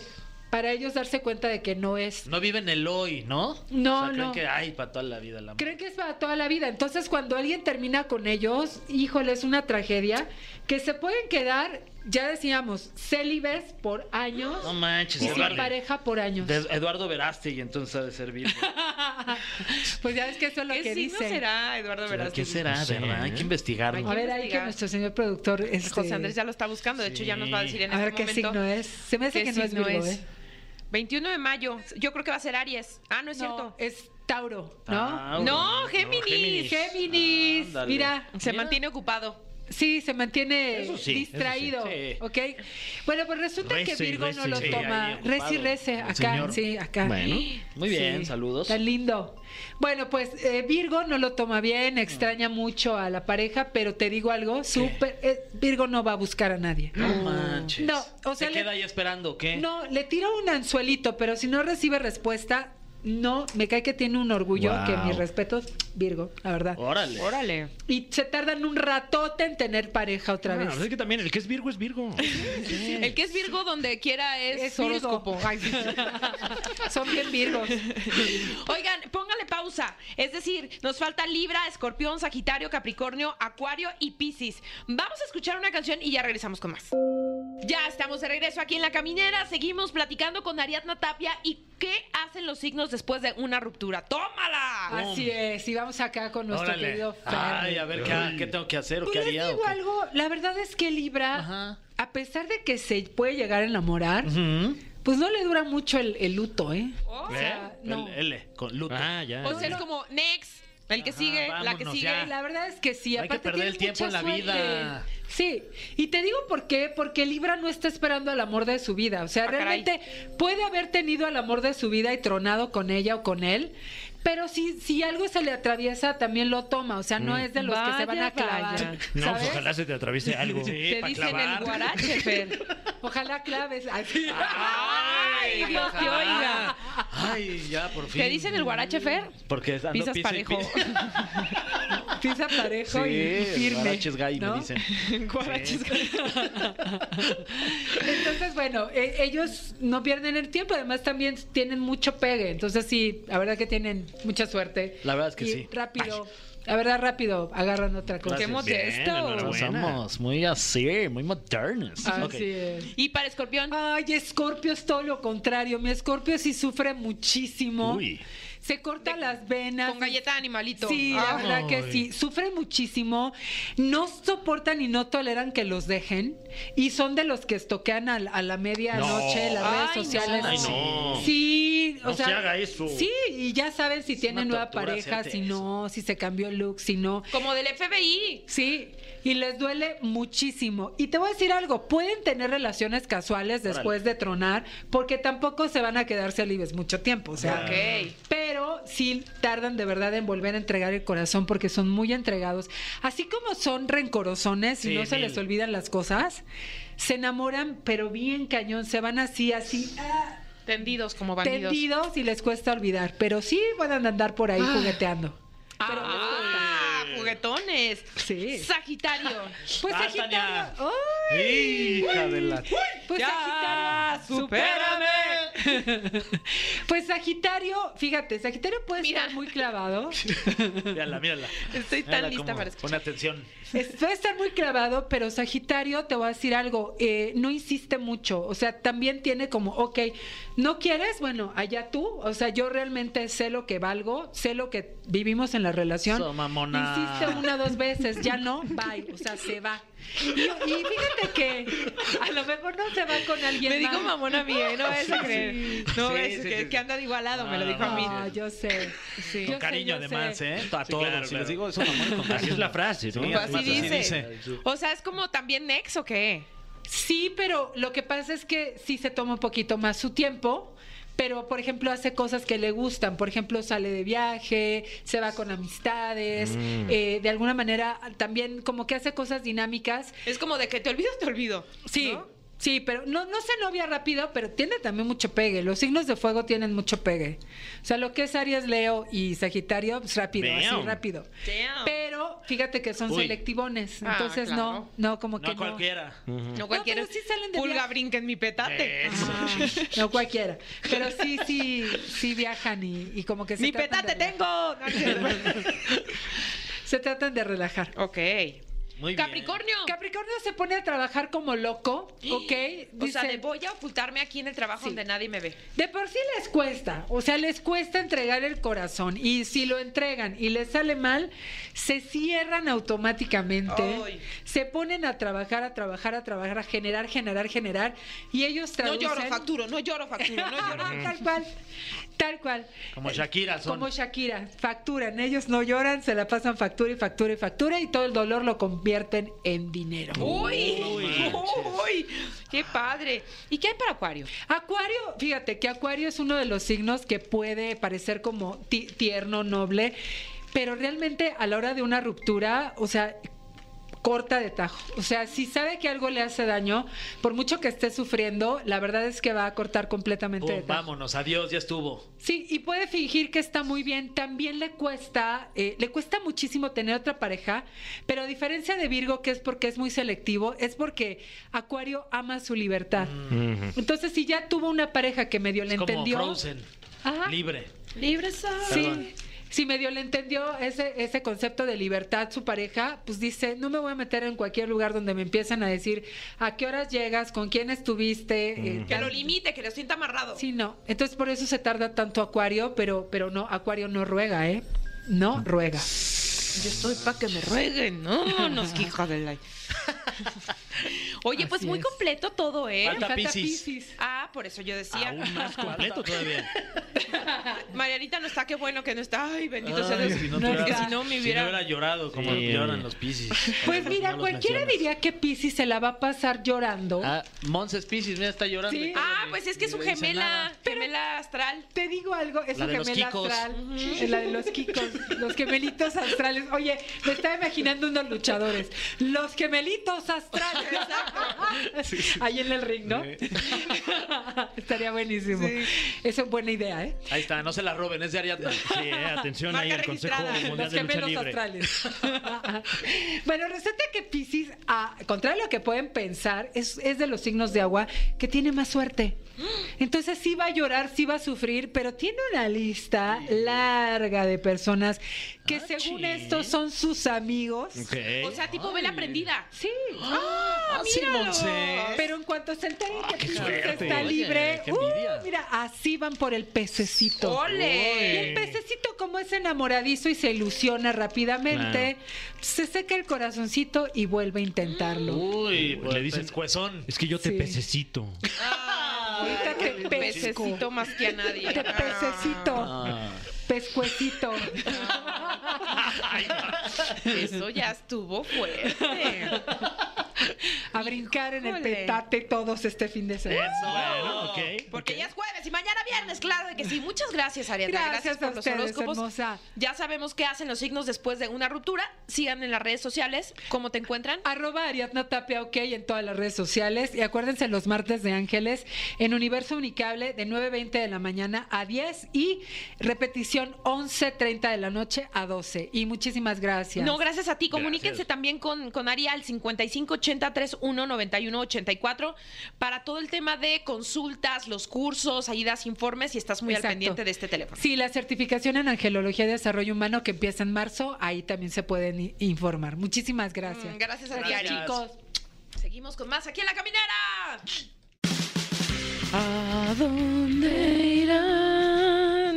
para ellos darse cuenta de que no es. No viven el hoy, ¿no? No, o sea, no. Creen que ay, para toda la vida la Creen que es para toda la vida. Entonces, cuando alguien termina con ellos, híjole, es una tragedia que se pueden quedar, ya decíamos, célibes por años No manches, y sin Eduardo. pareja por años. De Eduardo Veraste y entonces ha de ser Virgo. Pues ya es que eso es lo ¿Qué que signo dicen. será, Eduardo Verástegui? ¿Qué será, No sé, verdad? Hay ¿eh? que investigarlo. A ver, ahí que investigar. nuestro señor productor. Este, José Andrés ya lo está buscando. De hecho, ya nos va a decir en a ver este qué momento. signo es. Se me hace ¿Qué que no es signo Virgo, es? ¿eh? 21 de mayo. Yo creo que va a ser Aries. Ah, no es No, cierto. es Tauro, ¿no? Tauro. No, Géminis. Géminis, Ándale. mira. Se Mira. mantiene ocupado. Sí, se mantiene Eso sí, distraído, eso sí. Sí. ¿ok? Bueno, pues resulta Rece que y Virgo no rece. lo Sí, ahí toma. ocupado. Reci, rece, acá, Señor. sí, acá. Bueno. Muy bien, Sí, saludos. Tan lindo. Bueno, pues eh, Virgo no lo toma bien, extraña mucho a la pareja, pero te digo algo, súper, eh, Virgo no va a buscar a nadie. No manches. No, o sea, ¿Se le- queda ahí esperando o qué? No, le tira un anzuelito, pero si no recibe respuesta, no, me cae que tiene un orgullo Wow. que mis respetos, Virgo, la verdad. Órale. Órale. Y se tardan un ratote en tener pareja otra Ah, vez. pues es que también el que es Virgo es Virgo. El que es Virgo donde quiera es, Es Virgo. horóscopo. Ay, sí. Son bien Virgos. Oigan, póngale pausa. Es decir, nos falta Libra, Escorpión, Sagitario, Capricornio, Acuario y Piscis. Vamos a escuchar una canción y ya regresamos con más. Ya estamos de regreso aquí en La Caminera. Seguimos platicando con Ariadna Tapia y qué hacen los signos después de una ruptura. ¡Tómala! Así es, y vamos acá con nuestro Órale. querido Fer. Ay, a ver, ¿qué, qué tengo que hacer o Pues qué les haría? o digo qué? algo, la verdad es que Libra, Ajá. a pesar de que se puede llegar a enamorar, Ujú. pues no le dura mucho el, el luto, ¿eh? Oh. ¿Mm? ¿Eh? sea, no. El L, con luto. Ah, ya. O sea, es como next, el que Ajá, sigue, la que vámonos, sigue. ya. La verdad es que sí, Hay que aparte perder el tienes tiempo mucha en la suerte. vida. Sí, y te digo por qué, porque Libra no está esperando al amor de su vida, o sea, Ah, caray. realmente puede haber tenido al amor de su vida y tronado con ella o con él, pero si, si algo se le atraviesa también lo toma, o sea, no Mm. es de los que se van Vaya, a clavar. vaya. No, ¿sabes? pues ojalá se te atraviese algo. Te dicen el guarache, Fer. Ojalá claves. Así. Ah. Ay, Dios te oiga. Ay, ya, por fin. ¿Te dicen el guarache, Fer? Porque ando Pisas piso y parejo. piso. Pisa parejo y Sí, firme. guaraches gay, ¿no? me dicen. Guaraches. Entonces, bueno, e- ellos no pierden el tiempo, además también tienen mucho pegue. Entonces, sí, la verdad que tienen mucha suerte. La verdad es que Y sí. rápido, la verdad, rápido, agarran otra cosa. Qué Gracias. modesto. enhorabuena. Buena. Somos muy así, muy modernos. Así Ok. es. Y para escorpión, Ay, Escorpio es todo lo contrario. Mi Escorpio sí sufre muchísimo. Uy. se corta las venas. Con galleta de animalito. Sí, la Ah. verdad que sí. Sufren muchísimo, no soportan y no toleran que los dejen. Y son de los que estoquean al- a, la medianoche No. las redes Ay, sociales. no. Ay, no. Sí, o No sea, se haga eso. Sí, y ya saben si tienen una nueva tortura pareja, hacerte si no, si se cambió el look, si no. Como del FBI. Sí, y les duele muchísimo. Y te voy a decir algo, pueden tener relaciones casuales después de tronar, porque tampoco se van a quedarse libres mucho tiempo, o sea. Ok. Ah. Pero sí tardan de verdad en volver a entregar el corazón porque son muy entregados. Así como son rencorosones y Sí, no se mil. les olvidan las cosas, se enamoran, pero bien cañón, se van así, así, ah, Tendidos como bandidos. tendidos y les cuesta olvidar. Pero sí van a andar por ahí jugueteando. Ah, juguetones. Sí. Sagitario. Pues Ah, Sagitario. Tania. ¡ay! Hija de la. Pues Ya, Sagitario, Pues Sagitario, fíjate, Sagitario puede Mira. estar muy clavado. Mírala, mírala. Estoy tan Mírala lista cómo para escuchar. Pone atención. Es- Puede estar muy clavado, pero Sagitario, te voy a decir algo, eh, no insiste mucho. O sea, también tiene como, ok, no quieres, bueno, allá tú. O sea, yo realmente sé lo que valgo, sé lo que vivimos en la relación. So, mamona. Insiste una, dos veces, ya no, bye. O sea, se va. Y, y fíjate que a lo mejor no se va con alguien Me más. digo mamona bien, no es a creer. No Sí, es sí, que, sí. que andan igualado, me lo dijo a mí. No, yo sé. Sí. Yo sé, Con cariño, yo sé. además, ¿eh? A todos. Sí, claro, Si claro. les digo, es un amor con Así cariño. es la frase, ¿no? Sí, Pues así además, así dice. dice. O sea, es como también ex o qué. Sí, pero lo que pasa es que sí se toma un poquito más su tiempo. Pero, por ejemplo, hace cosas que le gustan. Por ejemplo, sale de viaje, se va con amistades. Mm. eh, de alguna manera, también como que hace cosas dinámicas. Es como de que te olvido, te olvido. Sí, ¿no? sí, pero no, no se novia rápido, pero tiene también mucho pegue. Los signos de fuego tienen mucho pegue. O sea, lo que es Aries, Leo y Sagitario, pues rápido, así Damn. rápido. Damn. Pero fíjate que son Uy. selectivones. Ah, Entonces, claro. no, no, como que No cualquiera. No cualquiera. pero sí salen de Pulga viaje. brinca en mi petate. Eso. Ah, no cualquiera. Pero sí, sí, sí viajan y, y como que se ¡Mi tratan petate de tengo! No, es cierto. Se tratan de relajar. ok. Muy bien. Capricornio. Capricornio se pone a trabajar como loco, ¿ok? O sea, Dice, de voy a ocultarme aquí en el trabajo Sí. donde nadie me ve. de por sí les cuesta, o sea, les cuesta entregar el corazón y si lo entregan y les sale mal, se cierran automáticamente, Ay. se ponen a trabajar, a trabajar, a trabajar, a generar, generar, generar y ellos No traducen... lloro, facturo, no lloro, facturo, no lloro. tal cual, tal cual. Como Shakira son. Como Shakira, facturan, ellos no lloran, se la pasan factura y factura y factura y todo el dolor lo convierten en dinero. Uy, uy, qué padre. ¿Y qué hay para Acuario? Acuario, fíjate que Acuario es uno de los signos que puede parecer como ti- tierno, noble, pero realmente a la hora de una ruptura, o sea, corta de tajo. O sea, si sabe que algo le hace daño, por mucho que esté sufriendo, la verdad es que va a cortar completamente de Pum, tajo. Oh, vámonos, adiós, ya estuvo. Sí, y puede fingir que está muy bien. También le cuesta, eh, le cuesta muchísimo tener otra pareja, pero a diferencia de Virgo, que es porque es muy selectivo, es porque Acuario ama su libertad. Entonces, si ya tuvo una pareja que medio le Es como entendió. Ah. Frozen. Ajá. Libre. Libre soy. Sí. Si medio le entendió ese, ese concepto de libertad su pareja, pues dice, no me voy a meter en cualquier lugar donde me empiezan a decir a qué horas llegas, con quién estuviste. eh, Que tal". lo limite, que lo sienta amarrado. Sí, no. Entonces por eso se tarda tanto Acuario, pero, pero no, Acuario no ruega, ¿eh? Mm. No ruega. Yo estoy para que me rueguen. No, nos hija de la. Oye, pues Así muy es. completo todo, ¿eh? Falta Piscis. Piscis. Ah, por eso yo decía. Aún más completo todavía. Marianita no está, qué bueno que no está. Ay, bendito sea Dios. si no, no te está. hubieras- si no me si hubiera- llorado como Sí. lloran los piscis. Pues mira, No los cualquiera mencionas. diría que Piscis se la va a pasar llorando. Ah, Monses Piscis, mira, está llorando. Sí. y todo, Ah, ni- pues es que ni es su le dice gemela, nada. gemela astral. Te digo algo, es La un de los gemelo Kikos. astral. Es la de los Kikos, los gemelitos astrales. Oye, me estaba imaginando unos luchadores. Los gemelitos astrales. Ahí en el ring, ¿no? Estaría buenísimo. Esa es buena idea, ¿eh? Ahí está, no se la roben, es de Ariadna. Ah, Sí, eh, atención ahí Marca al Consejo registrada. Mundial Los de Lucha gemelos Libre. astrales. bueno, resulta que Pisces, a contrario a lo que pueden pensar, es, es de los signos de agua que tiene más suerte. Entonces sí va a llorar, sí va a sufrir, pero tiene una lista larga de personas que según esto son sus amigos. O sea, tipo vela prendida. Sí. ¡Ah, sí, míralo! Monse. Pero en cuanto se enteren que Pinocho suerte. está Oye, libre, qué ¡uh! envidia. mira, así van por el pececito. ¡Ole! Y el pececito, como es enamoradizo y se ilusiona rápidamente, se seca el corazoncito y vuelve a intentarlo. Uy, Uy, pues, le dicen- pescuezón. Es que yo te Sí. pececito. Ah. Ahorita te pesco. Pececito más que a nadie. Ah, Te pececito, Ah. pescuecito. Eso ya estuvo fuerte. A brincar en el Híjole. petate todos este fin de semana. Bueno, ok. Porque ok. ya es jueves y mañana viernes, claro que sí. Muchas gracias, Ariadna. Gracias, Gracias a por los ustedes, horóscopos. hermosa. Ya sabemos qué hacen los signos después de una ruptura. Sigan en las redes sociales. ¿Cómo te encuentran? Arroba Ariadna Tapia OK en todas las redes sociales. Y acuérdense los martes de Ángeles en Universo Unicable de 9.20 de la mañana a 10 y repetición 11.30 de la noche a 12. Y muchísimas gracias. No, gracias a ti. Comuníquense Gracias. también con, con Ari al 5580-3191-84 para todo el tema de consultas, los cursos, ahí das informes y estás muy al Exacto. pendiente de este teléfono. Sí, la certificación en Angelología y Desarrollo Humano que empieza en marzo, ahí también se pueden i- informar. Muchísimas gracias. Mm, Gracias a ti, Ari. Gracias. Chicos, seguimos con más aquí en La Caminera. ¿A dónde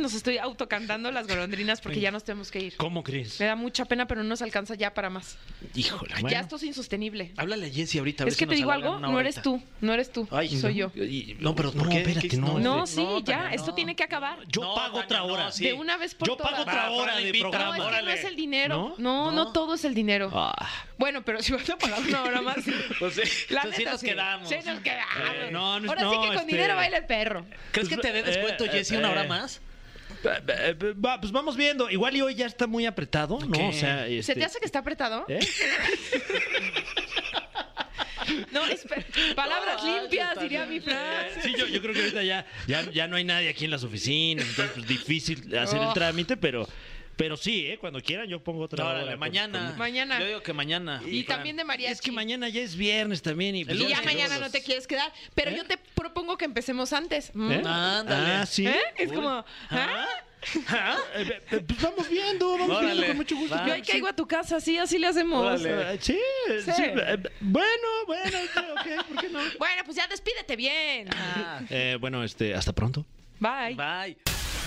Nos estoy autocantando las golondrinas porque ya nos tenemos que ir. ¿Cómo crees? Me da mucha pena, pero no nos alcanza ya para más. Híjole. Ya Bueno. esto es insostenible. Háblale a Jessy ahorita. a ver Es si que te nos digo alargan algo, una no eres horita. tú, no eres tú, Ay, soy no. yo. Y- No, pero ¿por No, qué? espérate, ¿Qué- no. No, de- sí, ya, Tania, esto no. tiene que acabar. Yo No, pago Tania, otra no, hora. sí. De una vez por Yo todas. pago otra Va, hora Fran, de invita. No, programa. es que no Órale. es el dinero. No, ¿No? no, No. todo es el dinero. Ah. Bueno, pero si van a pagar una hora más. Pues sí, La pues sí neta, nos quedamos. Sí, nos quedamos. Eh, no, no, Ahora sí que no, con este- dinero baila el perro. ¿Crees que te dé descuento, Eh, Jessy, eh, una hora eh. más? Eh, eh, va, pues vamos viendo. Igual y hoy ya está muy apretado, ¿no? O sea, ¿Se te este- hace que está apretado? ¿Eh? No, espe- palabras No, limpias, está diría mi Eh, bien. Fran. Sí, yo, yo creo que ahorita ya, ya, ya no hay nadie aquí en las oficinas, entonces pues, difícil hacer Oh. el trámite, pero, pero sí, ¿eh? cuando quieran yo pongo otra hora. Órale, con- mañana. con- Mañana. Yo digo que mañana. Y Fran. también de María. Es que mañana ya es ¿Eh? viernes también y, pues El Y lunes ya y mañana todos. no te quieres quedar. Pero yo te propongo que empecemos antes. Mm. ¿Eh? Ándale. Ah, sí. ¿Eh? Es como. ¿ah? Eh, eh, eh, pues vamos viendo, vamos Órale, viendo con mucho gusto. va. Yo ahí caigo a tu casa, sí, así le hacemos. Órale. Eh, Sí, eh, Sí. sí, eh, bueno, bueno, sí, ok, ¿por qué no? Bueno, pues ya despídete bien. Ah, Eh, bueno, este, hasta pronto. Bye. Bye.